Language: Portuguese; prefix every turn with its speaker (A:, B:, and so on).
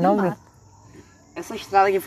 A: no meio do
B: não, né?
A: mato.
B: meu?
C: Essa estrada que